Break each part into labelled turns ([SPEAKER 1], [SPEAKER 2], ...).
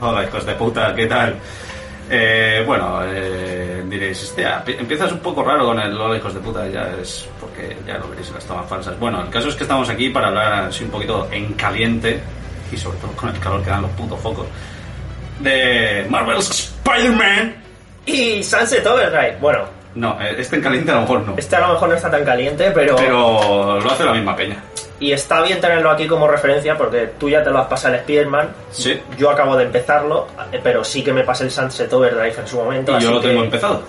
[SPEAKER 1] Hola, hijos de puta, ¿qué tal? Eh, bueno, eh, diréis, hostia, pi- empiezas un poco raro con el hola, hijos de puta, ya es porque ya lo veréis en las tomas falsas. Bueno, el caso es que estamos aquí para hablar así un poquito en caliente y sobre todo con el calor que dan los putos focos de Marvel's Spider-Man.
[SPEAKER 2] Y Sunset Overdrive. Bueno,
[SPEAKER 1] No, eh, este en caliente a lo mejor no,
[SPEAKER 2] este a lo mejor no está tan caliente,
[SPEAKER 1] pero lo hace la misma peña.
[SPEAKER 2] Y está bien tenerlo aquí como referencia porque tú ya te lo has pasado el Spider-Man.
[SPEAKER 1] Sí.
[SPEAKER 2] Yo acabo de empezarlo, eh, pero sí que me pasé el Sunset Overdrive en su momento.
[SPEAKER 1] Y
[SPEAKER 2] así
[SPEAKER 1] yo lo
[SPEAKER 2] que-
[SPEAKER 1] tengo empezado.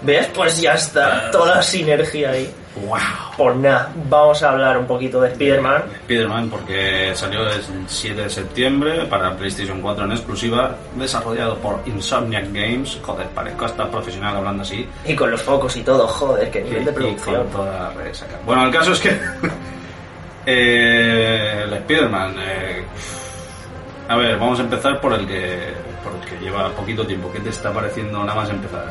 [SPEAKER 2] ¿Ves? Pues ya está, toda la sinergia ahí.
[SPEAKER 1] ¡Wow!
[SPEAKER 2] Pues nada, vamos a hablar un poquito de Spider-Man.
[SPEAKER 1] Spider-Man porque salió el 7 de septiembre para PlayStation 4 en exclusiva, desarrollado por Insomniac Games. Joder, parezco hasta profesional hablando así.
[SPEAKER 2] Y con los focos y todo, joder, qué nivel de
[SPEAKER 1] Y- y
[SPEAKER 2] producción.
[SPEAKER 1] con toda la resaca. Bueno, el caso es que eh, el Spider-Man... eh, a ver, vamos a empezar por el que por el que lleva poquito tiempo. ¿Qué te está pareciendo nada más empezar?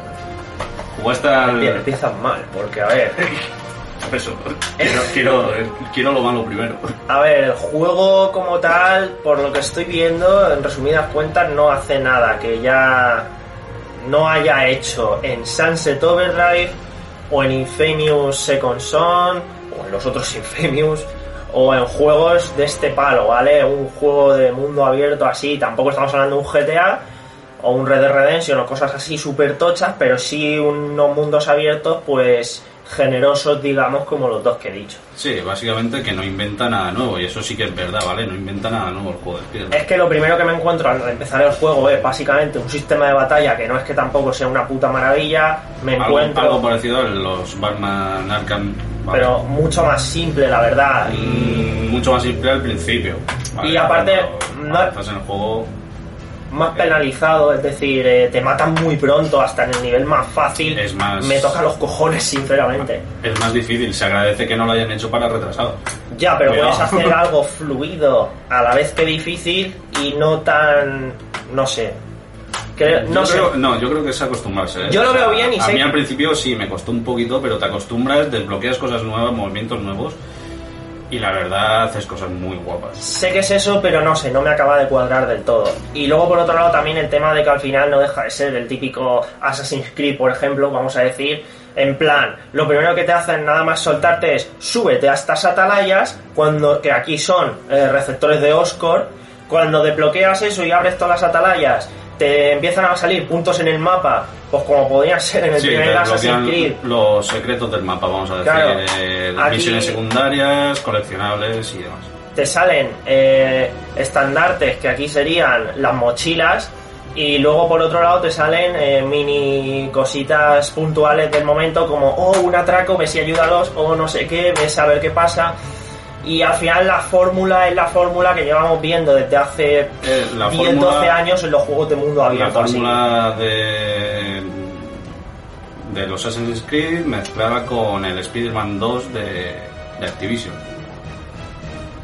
[SPEAKER 1] ¿Jugaste al...?
[SPEAKER 2] Bien, empiezan mal, porque a ver,
[SPEAKER 1] Eso, quiero, quiero, quiero lo malo primero.
[SPEAKER 2] a ver, el juego como tal, por lo que estoy viendo, en resumidas cuentas, no hace nada que ya no haya hecho en Sunset Overdrive o en Infamous Second Son o en los otros Infamous o en juegos de este palo, ¿vale? Un juego de mundo abierto así, tampoco estamos hablando de un GTA o un Red Dead Redemption o cosas así súper tochas, pero sí unos mundos abiertos pues generosos, digamos, como los dos que he dicho.
[SPEAKER 1] Sí, básicamente que no inventa nada nuevo, y eso sí que es verdad, ¿vale? No inventa nada nuevo el juego de Spider-Man.
[SPEAKER 2] Es que lo primero que me encuentro al empezar el juego es básicamente un sistema de batalla que no es que tampoco sea una puta maravilla, me
[SPEAKER 1] Algo,
[SPEAKER 2] encuentro...
[SPEAKER 1] algo parecido a los Batman Arkham. vale.
[SPEAKER 2] pero mucho más simple, la verdad.
[SPEAKER 1] Mm, mucho más simple al principio. ¿vale?
[SPEAKER 2] Y aparte,
[SPEAKER 1] Cuando
[SPEAKER 2] no-
[SPEAKER 1] avanzas en el juego.
[SPEAKER 2] Más penalizado, es decir, eh, te matan muy pronto, hasta en el nivel más fácil.
[SPEAKER 1] Es más-
[SPEAKER 2] Me toca los cojones, sinceramente.
[SPEAKER 1] Es más difícil, se agradece que no lo hayan hecho para retrasado.
[SPEAKER 2] Ya, pero
[SPEAKER 1] Cuidado.
[SPEAKER 2] puedes hacer algo fluido a la vez que difícil y no tan. no sé. Que, Eh, no
[SPEAKER 1] yo
[SPEAKER 2] sé.
[SPEAKER 1] Creo, no, yo creo que es acostumbrarse. ¿eh?
[SPEAKER 2] Yo lo veo bien y
[SPEAKER 1] A
[SPEAKER 2] sé
[SPEAKER 1] mí
[SPEAKER 2] que-
[SPEAKER 1] al principio sí me costó un poquito, pero te acostumbras, desbloqueas cosas nuevas, movimientos nuevos, y la verdad haces cosas muy guapas.
[SPEAKER 2] Sé que es eso, pero no sé, no me acaba de cuadrar del todo. Y luego, por otro lado, también el tema de que al final no deja de ser el típico Assassin's Creed, por ejemplo, vamos a decir, en plan, lo primero que te hacen nada más soltarte es súbete a estas atalayas, cuando, que aquí son eh, receptores de Oscor, cuando desbloqueas eso y abres todas las atalayas, te empiezan a salir puntos en el mapa, pues como podían ser en el
[SPEAKER 1] Sí,
[SPEAKER 2] primer
[SPEAKER 1] te
[SPEAKER 2] Assassin's
[SPEAKER 1] desbloquean
[SPEAKER 2] Creed.
[SPEAKER 1] los secretos del mapa, vamos a decir.
[SPEAKER 2] Claro,
[SPEAKER 1] eh, las
[SPEAKER 2] aquí-
[SPEAKER 1] misiones secundarias, coleccionables y demás.
[SPEAKER 2] te salen eh, estandartes que aquí serían las mochilas y luego por otro lado te salen eh, mini cositas puntuales del momento como oh un atraco ves si ayúdalos o oh, no sé qué ves a ver qué pasa y al final la fórmula es la fórmula que llevamos viendo desde hace
[SPEAKER 1] Eh, la
[SPEAKER 2] 10-12
[SPEAKER 1] fórmula-
[SPEAKER 2] años en los juegos de mundo
[SPEAKER 1] La
[SPEAKER 2] abierto así.
[SPEAKER 1] fórmula de, de los Assassin's Creed mezclada con el Spider-Man 2 de, de Activision.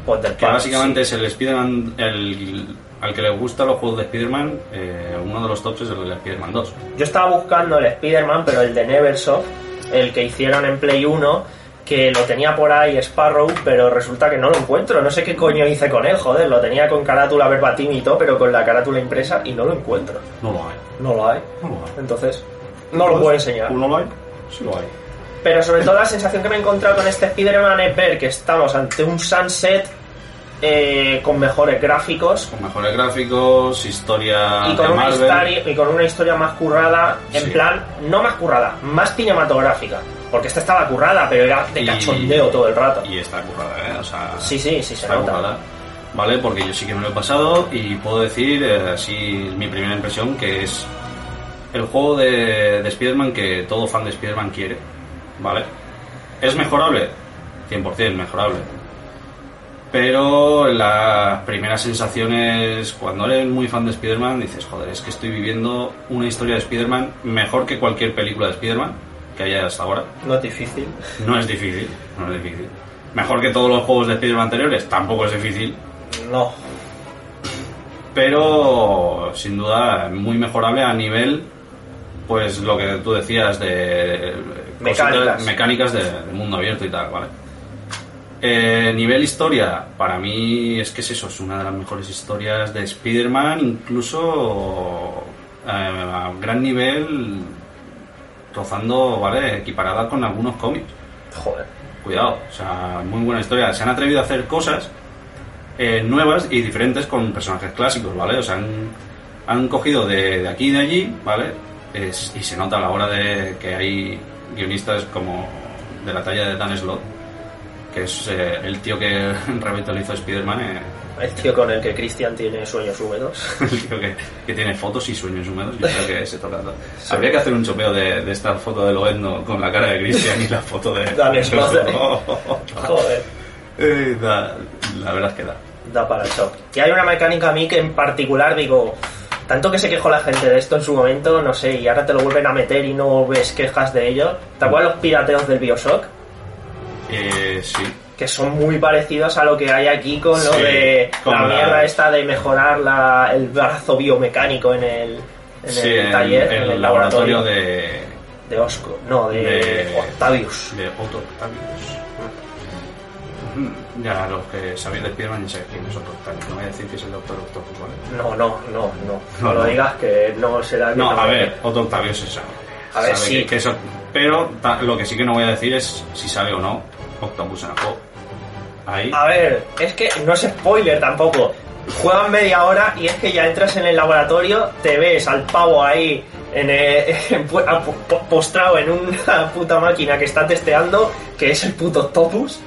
[SPEAKER 2] Pues del
[SPEAKER 1] Que
[SPEAKER 2] palo,
[SPEAKER 1] básicamente es el Spider-Man. El, al que le gusta los juegos de Spider-Man, eh, uno de los tops es el de Spider-Man 2.
[SPEAKER 2] Yo estaba buscando el Spider-Man, pero el de Neversoft, el que hicieron en Play 1, que lo tenía por ahí Sparrow, pero resulta que no lo encuentro. No sé qué coño hice con él, joder. Lo tenía con carátula verbatim y todo, pero con la carátula impresa y no lo encuentro.
[SPEAKER 1] No lo hay.
[SPEAKER 2] No lo hay. Pues,
[SPEAKER 1] No lo hay.
[SPEAKER 2] Entonces, no lo puedo enseñar.
[SPEAKER 1] ¿Uno lo hay? Sí lo hay.
[SPEAKER 2] Pero sobre todo la sensación que me he encontrado con este Spider-Man es ver que estamos ante un sunset eh, con mejores gráficos
[SPEAKER 1] Con mejores gráficos, historia.
[SPEAKER 2] y con,
[SPEAKER 1] Ah, de
[SPEAKER 2] una
[SPEAKER 1] Marvel.
[SPEAKER 2] histori- y con una historia más currada, en
[SPEAKER 1] Sí.
[SPEAKER 2] plan, no más currada, más cinematográfica. Porque esta estaba currada, pero era de
[SPEAKER 1] Y-
[SPEAKER 2] cachondeo todo el rato.
[SPEAKER 1] Y está currada, ¿eh? O sea,
[SPEAKER 2] Sí, sí, sí, se
[SPEAKER 1] está
[SPEAKER 2] nota.
[SPEAKER 1] currada. Vale, porque yo sí que me lo he pasado y puedo decir, eh, así mi primera impresión, que es el juego de, de Spider-Man que todo fan de Spider-Man quiere. Vale. ¿Es mejorable? 100% mejorable. Pero las primeras sensaciones, cuando eres muy fan de Spider-Man, dices, joder, es que estoy viviendo una historia de Spider-Man mejor que cualquier película de Spider-Man que haya hasta ahora.
[SPEAKER 2] No es difícil.
[SPEAKER 1] No es difícil, no es difícil. Mejor que todos los juegos de Spider-Man anteriores, tampoco es difícil,
[SPEAKER 2] No.
[SPEAKER 1] pero sin duda muy mejorable a nivel, pues lo que tú decías de cositas-
[SPEAKER 2] Mecánicas.
[SPEAKER 1] mecánicas de, de mundo abierto y tal, ¿vale? Eh, nivel historia, para mí es que es eso, es una de las mejores historias de Spider-Man, incluso eh, a gran nivel, rozando, ¿vale? Equiparada con algunos cómics.
[SPEAKER 2] Joder.
[SPEAKER 1] Cuidado, o sea, muy buena historia. Se han atrevido a hacer cosas eh, nuevas y diferentes con personajes clásicos, ¿vale? O sea, han, han cogido de, de aquí y de allí, ¿vale? Es- y se nota a la hora de que hay guionistas como de la talla de Dan Slott, que es eh, el tío que revitalizó Spider-Man, eh,
[SPEAKER 2] El tío con el que Christian tiene sueños húmedos.
[SPEAKER 1] el tío que, que tiene fotos y sueños húmedos, yo creo que se toca. todo. Habría que hacer un chopeo de, de esta foto de Loendo con la cara de Christian y la foto de
[SPEAKER 2] Dan Slott.
[SPEAKER 1] Ah.
[SPEAKER 2] Joder.
[SPEAKER 1] Eh, da- la verdad es que da.
[SPEAKER 2] da para el shock. Y hay una mecánica a mí que en particular digo, tanto que se quejó la gente de esto en su momento, no sé, y ahora te lo vuelven a meter y no ves quejas de ello.
[SPEAKER 1] Mm.
[SPEAKER 2] ¿Te acuerdas los pirateos del Bioshock?
[SPEAKER 1] Eh, sí.
[SPEAKER 2] Que son muy parecidos a lo que hay aquí con lo
[SPEAKER 1] Sí,
[SPEAKER 2] de
[SPEAKER 1] con la-
[SPEAKER 2] la mierda esta de mejorar la- el brazo biomecánico en el, en
[SPEAKER 1] Sí,
[SPEAKER 2] el
[SPEAKER 1] en-
[SPEAKER 2] taller,
[SPEAKER 1] en
[SPEAKER 2] en
[SPEAKER 1] el laboratorio de,
[SPEAKER 2] de Osco, no, de,
[SPEAKER 1] de-
[SPEAKER 2] Octavius.
[SPEAKER 1] de Otto Octavius. Ujú. Ya, los que sabéis de Spiderman ya sabéis quién es Otto Octavius. No voy a decir que es el Doctor Octopus, ¿vale?
[SPEAKER 2] No, no, no, no. No
[SPEAKER 1] No,
[SPEAKER 2] lo
[SPEAKER 1] no.
[SPEAKER 2] digas que no será... que
[SPEAKER 1] No,
[SPEAKER 2] no-
[SPEAKER 1] a ver, Otto Octavio se sabe.
[SPEAKER 2] A ver,
[SPEAKER 1] Sabe
[SPEAKER 2] sí.
[SPEAKER 1] que- que eso- pero ta- lo que sí que no voy a decir es si sale o no Octopus en el juego. Ahí.
[SPEAKER 2] A ver, es que no es spoiler tampoco. Juegan media hora y es que ya entras en el laboratorio, te ves al pavo ahí en, eh, en pu- a- po- postrado en una puta máquina que está testeando, que es el puto Topus,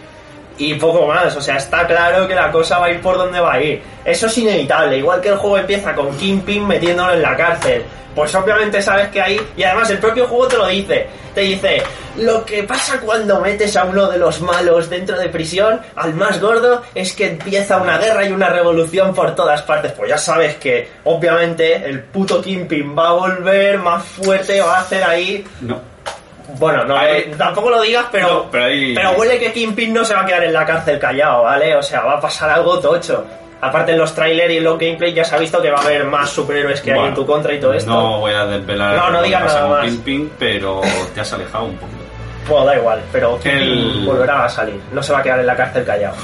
[SPEAKER 2] y poco más. O sea, está claro que la cosa va a ir por donde va a ir. Eso es inevitable. Igual que el juego empieza con Kingpin metiéndolo en la cárcel. Pues obviamente sabes que ahí, y además el propio juego te lo dice, te dice, lo que pasa cuando metes a uno de los malos dentro de prisión, al más gordo, es que empieza una guerra y una revolución por todas partes. Pues ya sabes que, obviamente, el puto Kingpin va a volver más fuerte, va a hacer ahí...
[SPEAKER 1] No.
[SPEAKER 2] Bueno, no,
[SPEAKER 1] Ahí-
[SPEAKER 2] no, tampoco lo digas, pero,
[SPEAKER 1] No, pero ahí-
[SPEAKER 2] huele que Kingpin no se va a quedar en la cárcel callado, ¿vale? O sea, va a pasar algo tocho. Aparte en los trailers y en los gameplay ya se ha visto que va a haber más superhéroes que hay en
[SPEAKER 1] Bueno,
[SPEAKER 2] tu contra y todo esto.
[SPEAKER 1] No voy a desvelar
[SPEAKER 2] No, no
[SPEAKER 1] lo que
[SPEAKER 2] digas
[SPEAKER 1] pasa
[SPEAKER 2] nada
[SPEAKER 1] con
[SPEAKER 2] más.
[SPEAKER 1] Kingpin, pero te has alejado un poquito.
[SPEAKER 2] Bueno, da igual, pero Kingpin
[SPEAKER 1] El-
[SPEAKER 2] volverá a salir. No se va a quedar en la cárcel callado.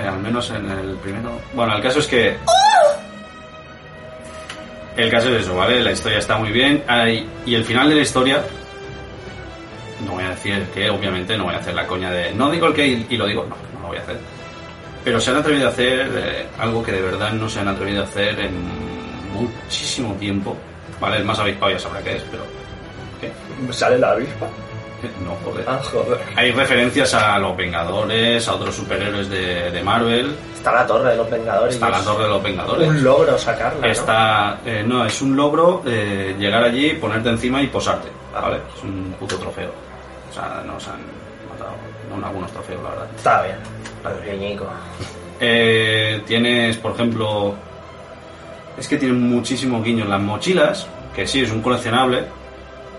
[SPEAKER 1] Eh, al menos en el primero. Bueno, el caso es que. El caso es eso, ¿vale? La historia está muy bien. Ay, y el final de la historia. No voy a decir que, obviamente, no voy a hacer la coña de. No digo el que y, y lo digo, no, no lo voy a hacer. Pero se han atrevido a hacer eh, algo que de verdad no se han atrevido a hacer en muchísimo tiempo. ¿Vale? El más avispado ya sabrá qué es, pero. ¿Qué?
[SPEAKER 2] ¿Sale la avispa?
[SPEAKER 1] Eh, No, joder.
[SPEAKER 2] Ah, joder.
[SPEAKER 1] Hay referencias a los Vengadores, a otros superhéroes de, de Marvel.
[SPEAKER 2] Está la torre de los Vengadores.
[SPEAKER 1] Está
[SPEAKER 2] y
[SPEAKER 1] la
[SPEAKER 2] es
[SPEAKER 1] Torre de los Vengadores.
[SPEAKER 2] Un logro sacarla, ¿no?
[SPEAKER 1] Está, eh, no, es un logro eh, llegar allí, ponerte encima y posarte, ¿vale? Es un puto trofeo. O sea, nos han matado con algunos trofeos, la verdad.
[SPEAKER 2] Está bien. Pequeñico.
[SPEAKER 1] Eh, tienes, por ejemplo, es que tienen muchísimo guiño en las mochilas, que sí, es un coleccionable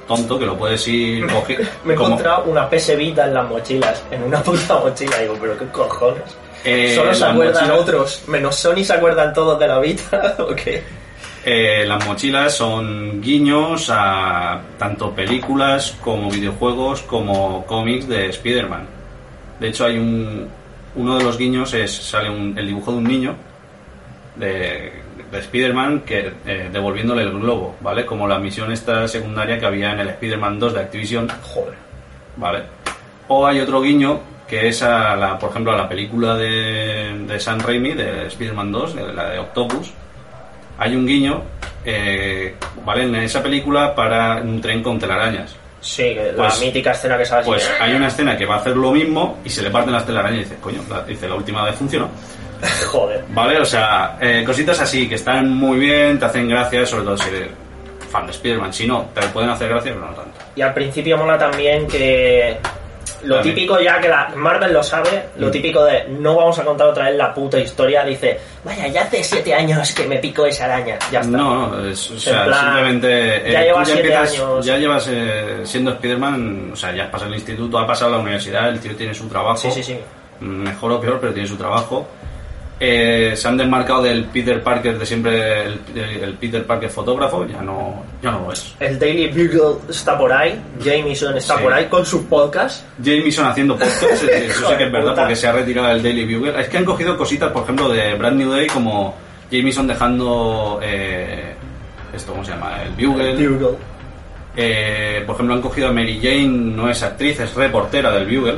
[SPEAKER 1] tonto que lo puedes ir cogiendo.
[SPEAKER 2] Me he encontrado una PS Vita en las mochilas, en una puta mochila. Digo, pero qué cojones.
[SPEAKER 1] Eh,
[SPEAKER 2] Solo se
[SPEAKER 1] las
[SPEAKER 2] acuerdan
[SPEAKER 1] mochilas-
[SPEAKER 2] otros, menos Sony se acuerdan todos de la Vita, ¿o qué?
[SPEAKER 1] Eh, las mochilas son guiños a tanto películas como videojuegos como cómics de Spider-Man. De hecho, hay un. Uno de los guiños es. sale un- el dibujo de un niño de, de Spider-Man que eh, devolviéndole el globo, ¿vale? Como la misión esta secundaria que había en el Spider-Man 2 de Activision,
[SPEAKER 2] Joder.
[SPEAKER 1] ¿vale? O hay otro guiño que es a la, por ejemplo, a la película de, de San Raimi, de Spider-Man 2, de la de Octopus, hay un guiño, eh, ¿vale? En esa película para un tren con telarañas.
[SPEAKER 2] Sí, que
[SPEAKER 1] Pues-
[SPEAKER 2] la mítica escena que sabes.
[SPEAKER 1] Pues hay una escena que va a hacer lo mismo y se le parten las telarañas y dice, coño, la, dice, la última vez funcionó.
[SPEAKER 2] Joder.
[SPEAKER 1] ¿Vale? O sea, eh, cositas así que están muy bien, te hacen gracia, sobre todo si eres fan de Spider-Man. Si no, te pueden hacer gracia, pero no tanto.
[SPEAKER 2] Y al principio mola también que. Lo
[SPEAKER 1] Vale.
[SPEAKER 2] típico ya que la Marvel lo sabe, lo
[SPEAKER 1] Mm.
[SPEAKER 2] típico de no vamos a contar otra vez la puta historia, dice, vaya, ya hace siete años que me picó esa araña, ya está.
[SPEAKER 1] No, no, es, o sea,
[SPEAKER 2] En plan,
[SPEAKER 1] simplemente. eh,
[SPEAKER 2] ya
[SPEAKER 1] tú
[SPEAKER 2] llevas siete años.
[SPEAKER 1] Ya llevas eh, siendo Spider-Man, o sea, ya has pasado el instituto, ha pasado la universidad, el tío tiene su trabajo.
[SPEAKER 2] Sí, sí, sí.
[SPEAKER 1] Mejor o peor, pero tiene su trabajo. Eh, se han desmarcado del Peter Parker de siempre, el, el Peter Parker fotógrafo, ya no, ya no lo es.
[SPEAKER 2] El Daily Bugle está por ahí, Jameson está
[SPEAKER 1] Sí.
[SPEAKER 2] por ahí con sus podcasts.
[SPEAKER 1] Jameson haciendo podcast, eso sí que es verdad,
[SPEAKER 2] Puta.
[SPEAKER 1] porque se ha retirado del Daily Bugle. Es que han cogido cositas, por ejemplo, de Brand New Day, como Jameson dejando. eh, esto, ¿cómo se llama? El Bugle.
[SPEAKER 2] Bugle.
[SPEAKER 1] Eh, por ejemplo, han cogido a Mary Jane, no es actriz, es reportera del Bugle.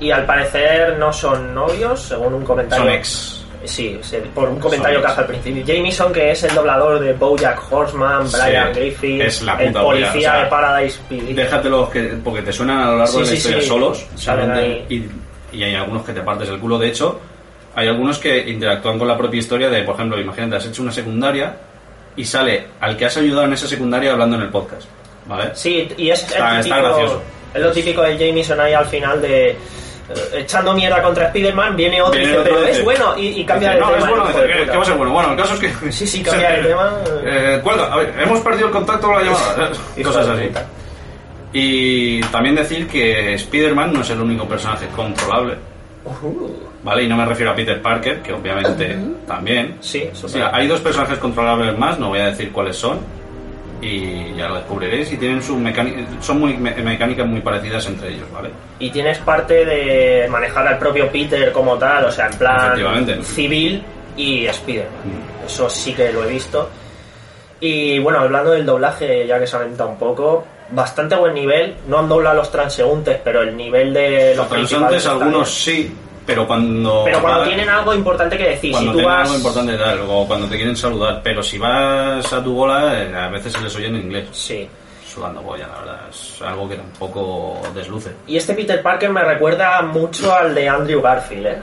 [SPEAKER 2] Y al parecer no son novios, según un comentario.
[SPEAKER 1] Son ex.
[SPEAKER 2] Sí, sí, por un comentario
[SPEAKER 1] Son
[SPEAKER 2] que
[SPEAKER 1] ex.
[SPEAKER 2] hace al principio. Jameson, que es el doblador de Bojack Horseman,
[SPEAKER 1] Sí,
[SPEAKER 2] Brian Griffith,
[SPEAKER 1] es la
[SPEAKER 2] el
[SPEAKER 1] puta polla,
[SPEAKER 2] policía
[SPEAKER 1] o sea,
[SPEAKER 2] de Paradise PD.
[SPEAKER 1] Déjatelos que, porque te suenan a lo largo
[SPEAKER 2] Sí,
[SPEAKER 1] de la
[SPEAKER 2] sí,
[SPEAKER 1] historia
[SPEAKER 2] sí.
[SPEAKER 1] solos.
[SPEAKER 2] Salen
[SPEAKER 1] solamente,
[SPEAKER 2] ahí.
[SPEAKER 1] y, y hay algunos que te partes el culo. De hecho, hay algunos que interactúan con la propia historia de, por ejemplo, imagínate, has hecho una secundaria y sale al que has ayudado en esa secundaria hablando en el podcast. ¿Vale?
[SPEAKER 2] Sí, y es, el
[SPEAKER 1] Está- está
[SPEAKER 2] típico,
[SPEAKER 1] gracioso.
[SPEAKER 2] es lo típico de Jameson ahí al final de... eh, Echando mierda contra Spider-Man, viene otro y
[SPEAKER 1] Viene
[SPEAKER 2] dice,
[SPEAKER 1] otro
[SPEAKER 2] pero
[SPEAKER 1] dice-
[SPEAKER 2] es bueno, y, y cambia
[SPEAKER 1] dice,
[SPEAKER 2] de
[SPEAKER 1] no,
[SPEAKER 2] tema.
[SPEAKER 1] es bueno,
[SPEAKER 2] hijo
[SPEAKER 1] dice,
[SPEAKER 2] de
[SPEAKER 1] que,
[SPEAKER 2] puta.
[SPEAKER 1] que va a ser bueno. Bueno, el caso es que.
[SPEAKER 2] Sí, sí, cambia de tema.
[SPEAKER 1] Eh, cuelga, a ver, hemos perdido el contacto con la llamada. eh,
[SPEAKER 2] Hijo
[SPEAKER 1] Cosas
[SPEAKER 2] de
[SPEAKER 1] así.
[SPEAKER 2] puta.
[SPEAKER 1] Y también decir que Spider-Man no es el único personaje controlable,
[SPEAKER 2] Ujú.
[SPEAKER 1] ¿vale? Y no me refiero a Peter Parker, que obviamente también.
[SPEAKER 2] Sí, eso
[SPEAKER 1] O sea, hay dos personajes controlables más, no voy a decir cuáles son, y ya lo descubriréis, y tienen su mecánica, son muy, me- mecánicas muy parecidas entre ellos, ¿vale?
[SPEAKER 2] y tienes parte de manejar al propio Peter como tal, o sea, en
[SPEAKER 1] Efectivamente.
[SPEAKER 2] plan civil y Spider-Man. Eso sí que lo he visto. Y bueno, hablando del doblaje, ya que se ha aventado un poco, bastante buen nivel. No han doblado a los transeúntes, pero el nivel de los
[SPEAKER 1] Los transantes,
[SPEAKER 2] principales está
[SPEAKER 1] algunos
[SPEAKER 2] bien.
[SPEAKER 1] sí, pero cuando...
[SPEAKER 2] Pero cuando
[SPEAKER 1] van-
[SPEAKER 2] tienen algo importante que decir,
[SPEAKER 1] cuando
[SPEAKER 2] si tú
[SPEAKER 1] tienen
[SPEAKER 2] vas.
[SPEAKER 1] algo importante de dar, o cuando te quieren saludar, pero si vas a tu bola, eh, a veces se les oye en inglés,
[SPEAKER 2] Sí.
[SPEAKER 1] sudando boya, la verdad, es algo que tampoco desluce.
[SPEAKER 2] Y este Peter Parker me recuerda mucho al de Andrew Garfield, ¿eh?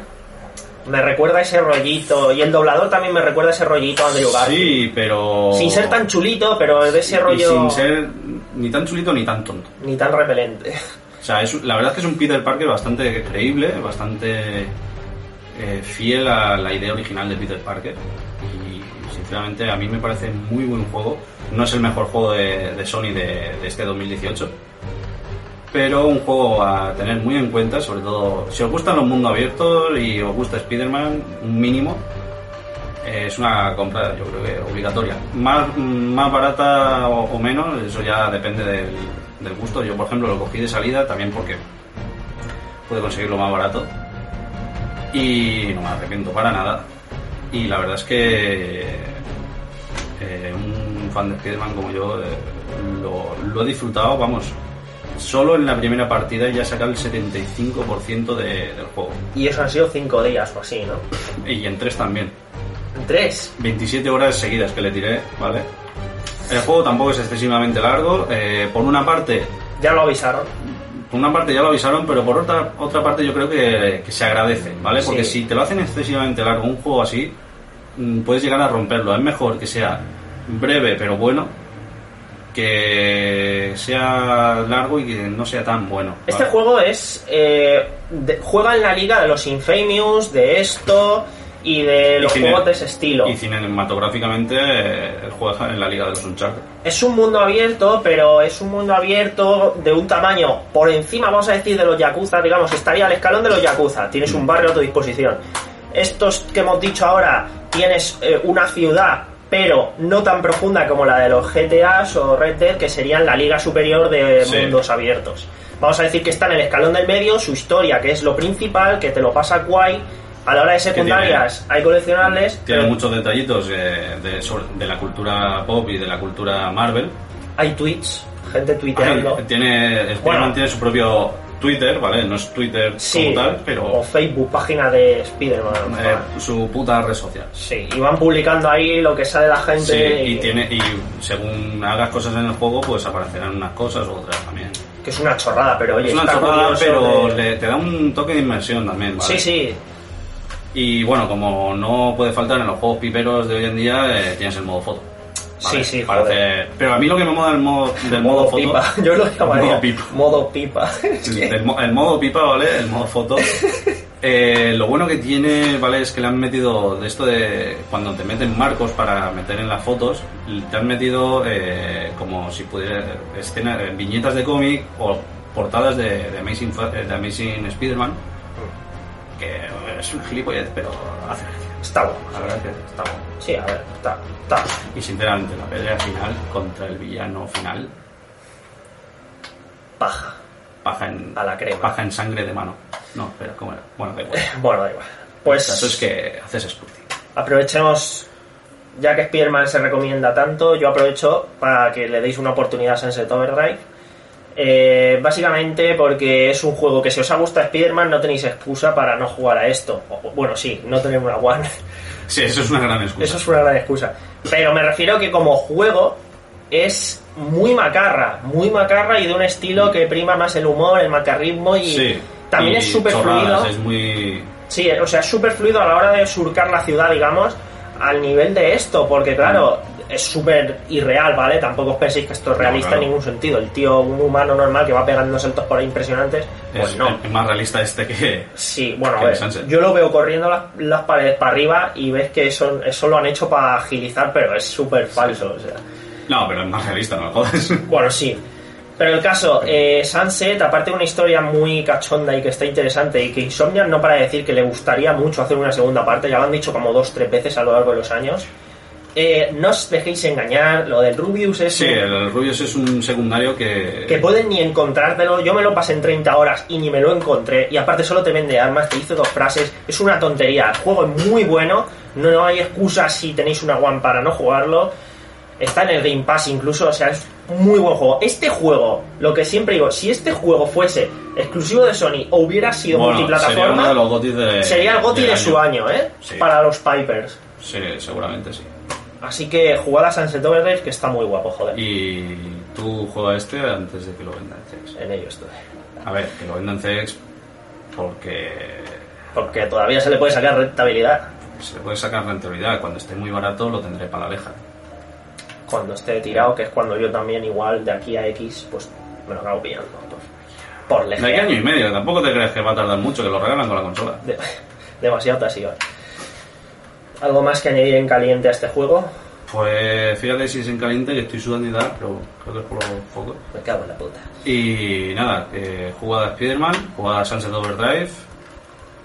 [SPEAKER 2] Me recuerda ese rollito. Y el doblador también me recuerda ese rollito a Andrew Garfield.
[SPEAKER 1] Sí, pero...
[SPEAKER 2] Sin ser tan chulito, pero de ese rollo.
[SPEAKER 1] Y sin ser ni tan chulito ni tan tonto.
[SPEAKER 2] Ni tan repelente.
[SPEAKER 1] O sea, es, la verdad es que es un Peter Parker bastante creíble, bastante eh, fiel a la idea original de Peter Parker. Y sinceramente a mí me parece muy buen juego. No es el mejor juego de, de Sony de, de este 2018. Pero un juego a tener muy en cuenta, sobre todo si os gustan los mundos abiertos y os gusta Spider-Man, un mínimo. eh, Es una compra, yo creo que obligatoria. Más, más barata o, o menos, eso ya depende del, del gusto. Yo, por ejemplo, lo cogí de salida también porque pude conseguirlo más barato. Y no me arrepiento para nada. Y la verdad es que eh, un fan de Spider-Man como yo eh, lo, lo he disfrutado, vamos, solo en la primera partida ya saca el 75% de- del juego.
[SPEAKER 2] Y eso han sido cinco días o así, ¿no?
[SPEAKER 1] Y en tres también.
[SPEAKER 2] Tres.
[SPEAKER 1] 27 horas seguidas que le tiré, ¿vale? El juego tampoco es excesivamente largo. eh, por una parte,
[SPEAKER 2] Ya lo avisaron.
[SPEAKER 1] por una parte ya lo avisaron, pero por otra, otra parte yo creo que, que se agradece, ¿vale? Porque
[SPEAKER 2] Sí.
[SPEAKER 1] si te lo hacen excesivamente largo un juego así, mm, puedes llegar a romperlo. Es mejor que sea breve pero bueno que sea largo y que no sea tan bueno. ¿vale?
[SPEAKER 2] Este juego es. eh, de- juega en la liga de los Infamous, de esto y de
[SPEAKER 1] Y
[SPEAKER 2] los
[SPEAKER 1] cine-
[SPEAKER 2] juegos de ese estilo.
[SPEAKER 1] Y cinematográficamente eh, juega en la Liga de los Uncharted.
[SPEAKER 2] Es un mundo abierto, pero es un mundo abierto de un tamaño por encima, vamos a decir, de los Yakuza, digamos, estaría al escalón de los Yakuza, tienes un barrio a tu disposición. Estos que hemos dicho ahora, tienes eh, una ciudad, pero no tan profunda como la de los GTAs o Red Dead, que serían la liga superior de
[SPEAKER 1] Sí.
[SPEAKER 2] mundos abiertos. Vamos a decir que está en el escalón del medio, su historia, que es lo principal, que te lo pasa guay. A la hora de secundarias hay coleccionables,
[SPEAKER 1] Tiene
[SPEAKER 2] pero
[SPEAKER 1] muchos detallitos eh, de, sobre- de la cultura pop y de la cultura Marvel.
[SPEAKER 2] hay tweets, gente tuiteando.
[SPEAKER 1] Ah, Tiene, Spider-Man
[SPEAKER 2] Bueno.
[SPEAKER 1] tiene su propio Twitter, ¿vale? No es Twitter
[SPEAKER 2] Sí,
[SPEAKER 1] como tal, pero
[SPEAKER 2] o Facebook, página de Spider-Man.
[SPEAKER 1] eh,
[SPEAKER 2] joder.
[SPEAKER 1] su puta red social.
[SPEAKER 2] Sí, y van publicando ahí lo que sale la gente.
[SPEAKER 1] Sí, y tiene y según hagas cosas en el juego, pues aparecerán unas cosas u otras también.
[SPEAKER 2] Que es una chorrada, pero oye,
[SPEAKER 1] es una
[SPEAKER 2] está
[SPEAKER 1] chorrada,
[SPEAKER 2] curioso
[SPEAKER 1] pero
[SPEAKER 2] de-
[SPEAKER 1] le- te da un toque de inmersión también, ¿vale?
[SPEAKER 2] Sí, sí,
[SPEAKER 1] Y bueno, como no puede faltar en los juegos piperos de hoy en día, eh, tienes el modo foto. ¿vale?
[SPEAKER 2] Sí, sí,
[SPEAKER 1] Para
[SPEAKER 2] joder.
[SPEAKER 1] hacer- Pero a mí lo que me mola del modo, del modo,
[SPEAKER 2] modo
[SPEAKER 1] foto...
[SPEAKER 2] pipa. Yo lo llamaría
[SPEAKER 1] Modo pipa.
[SPEAKER 2] modo pipa. Es
[SPEAKER 1] El,
[SPEAKER 2] que-
[SPEAKER 1] el mo- el modo pipa, ¿vale? El modo foto. Eh, lo bueno que tiene, ¿vale? Es que le han metido de esto de cuando te meten marcos para meter en las fotos, te han metido eh, como si pudiera escena- eh, viñetas de cómic o portadas de, de Amazing, Fa- eh, de Amazing Spider-Man, que es un gilipollez, pero hace gracia.
[SPEAKER 2] Está bueno.
[SPEAKER 1] La verdad es que está bueno.
[SPEAKER 2] Sí, a ver, está, está.
[SPEAKER 1] Y sinceramente, la pelea final contra el villano final,
[SPEAKER 2] Paja.
[SPEAKER 1] paja en,
[SPEAKER 2] A la crema.
[SPEAKER 1] paja en sangre de mano. No, pero ¿cómo era? Bueno, da igual.
[SPEAKER 2] Bueno, da igual.
[SPEAKER 1] El caso es
[SPEAKER 2] Pues
[SPEAKER 1] que haces Scooty.
[SPEAKER 2] aprovechemos, ya que Spider-Man se recomienda tanto, yo aprovecho para que le deis una oportunidad a Sunset Overdrive. Eh, básicamente porque es un juego que si os ha gustado Spider-Man no tenéis excusa para no jugar a esto. O- bueno, sí, no tener una One.
[SPEAKER 1] Sí, eso es una gran excusa.
[SPEAKER 2] Eso es una gran excusa. Pero me refiero que como juego es muy macarra, muy macarra y de un estilo que prima más el humor, el macarrismo y
[SPEAKER 1] Sí.
[SPEAKER 2] también
[SPEAKER 1] Y
[SPEAKER 2] es súper
[SPEAKER 1] chorradas,
[SPEAKER 2] fluido.
[SPEAKER 1] Es muy.
[SPEAKER 2] Sí, o sea, es súper fluido a la hora de surcar la ciudad, digamos, al nivel de esto, porque claro, es súper irreal, ¿vale? Tampoco os penséis que esto es
[SPEAKER 1] No,
[SPEAKER 2] realista
[SPEAKER 1] claro.
[SPEAKER 2] en ningún sentido. El tío, un humano normal que va pegando saltos por ahí impresionantes, pues
[SPEAKER 1] es,
[SPEAKER 2] no.
[SPEAKER 1] es más realista este que.
[SPEAKER 2] Sí, bueno, a
[SPEAKER 1] Que
[SPEAKER 2] ver,
[SPEAKER 1] el Sunset.
[SPEAKER 2] yo lo veo corriendo las, las paredes para arriba y ves que eso, eso lo han hecho para agilizar, pero es súper falso. O sea.
[SPEAKER 1] No, pero es más realista, no me jodas.
[SPEAKER 2] Bueno, sí. Pero el caso, eh, Sunset, aparte de una historia muy cachonda y que está interesante y que Insomniac no para de decir que le gustaría mucho hacer una segunda parte, ya lo han dicho como dos, tres veces a lo largo de los años, eh, no os dejéis engañar, lo del Rubius es...
[SPEAKER 1] Sí, el Rubius es un secundario que.
[SPEAKER 2] Que pueden ni encontrártelo, yo me lo pasé en 30 horas y ni me lo encontré, y aparte solo te vende armas, te dice dos frases, es una tontería, el juego es muy bueno, no hay excusa si tenéis una One para no jugarlo, está en el Game Pass incluso, o sea, es muy buen juego. Este juego, lo que siempre digo, si este juego fuese exclusivo de Sony o hubiera sido
[SPEAKER 1] bueno, Sería
[SPEAKER 2] multiplataforma,
[SPEAKER 1] uno
[SPEAKER 2] sería,
[SPEAKER 1] de los gotis de.
[SPEAKER 2] el GOTY
[SPEAKER 1] del
[SPEAKER 2] de su año, ¿eh?
[SPEAKER 1] Sí.
[SPEAKER 2] Para los Pipers.
[SPEAKER 1] Sí, seguramente sí.
[SPEAKER 2] Así que jugad a Sunset Overdrive, que está muy guapo, joder.
[SPEAKER 1] Y tú juega este antes de que lo vendan en CX.
[SPEAKER 2] En ello estoy.
[SPEAKER 1] A ver, que lo vendan en CX porque
[SPEAKER 2] Porque todavía se le puede sacar rentabilidad
[SPEAKER 1] se le puede sacar rentabilidad. Cuando esté muy barato lo tendré para la leja.
[SPEAKER 2] cuando esté tirado, que es cuando yo también igual de aquí a X, pues me lo acabo pillando. Por, por
[SPEAKER 1] De aquí a
[SPEAKER 2] lejear.
[SPEAKER 1] año y medio, tampoco te crees que va a tardar mucho, que lo regalan con la consola.
[SPEAKER 2] De- demasiado tasiva. ¿Algo más que añadir en caliente a este juego?
[SPEAKER 1] Pues fíjate si es en caliente que estoy sudando y tal, pero creo que es por los focos.
[SPEAKER 2] Me cago en la puta.
[SPEAKER 1] Y nada, eh, jugada Spider-Man, jugada Sunset Overdrive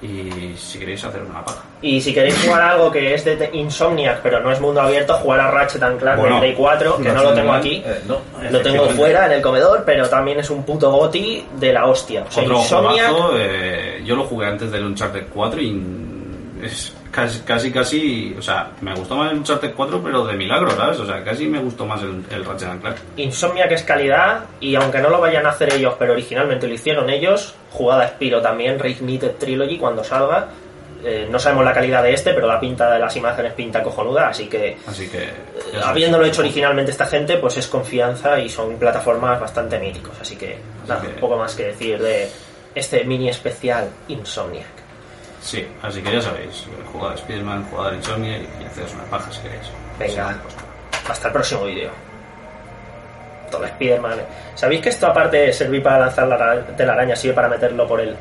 [SPEAKER 1] y si queréis hacer una paja.
[SPEAKER 2] Y si queréis jugar a algo que es de te- Insomniac, pero no es mundo abierto, jugar a Ratchet and Clank
[SPEAKER 1] Bueno,
[SPEAKER 2] en Play 4, que no lo tengo aquí.
[SPEAKER 1] Eh, no,
[SPEAKER 2] Lo tengo
[SPEAKER 1] efectivamente.
[SPEAKER 2] fuera, en el comedor, pero también es un puto goti de la hostia. O sea,
[SPEAKER 1] Otro
[SPEAKER 2] Insomniac...
[SPEAKER 1] juegazo, eh, yo lo jugué antes del Uncharted 4 y mm, es casi, casi, casi, o sea, me gustó más el Uncharted 4 pero de milagro, ¿sabes? O sea, casi me gustó más el, el Ratchet and Clank.
[SPEAKER 2] Insomniac es calidad y aunque no lo vayan a hacer ellos, pero originalmente lo hicieron ellos, jugada Spiro también, Reignited Trilogy cuando salga. Eh, no sabemos la calidad de este, pero la pinta de las imágenes pinta cojonuda, así que
[SPEAKER 1] Así que... ya sabéis.
[SPEAKER 2] habiéndolo hecho originalmente esta gente, pues es confianza y son plataformas bastante míticos, así que nada,
[SPEAKER 1] que-
[SPEAKER 2] un poco más que decir de este mini especial Insomniac.
[SPEAKER 1] Sí, así que ya sabéis, jugada Spider-Man, jugada Insomnia y, y haceros una paja si queréis.
[SPEAKER 2] Venga.
[SPEAKER 1] Sí, pues,
[SPEAKER 2] Hasta el próximo vídeo. Todo Spider-Man. ¿Sabéis que esto aparte de servir para lanzar la ra- telaraña, sirve para meterlo por el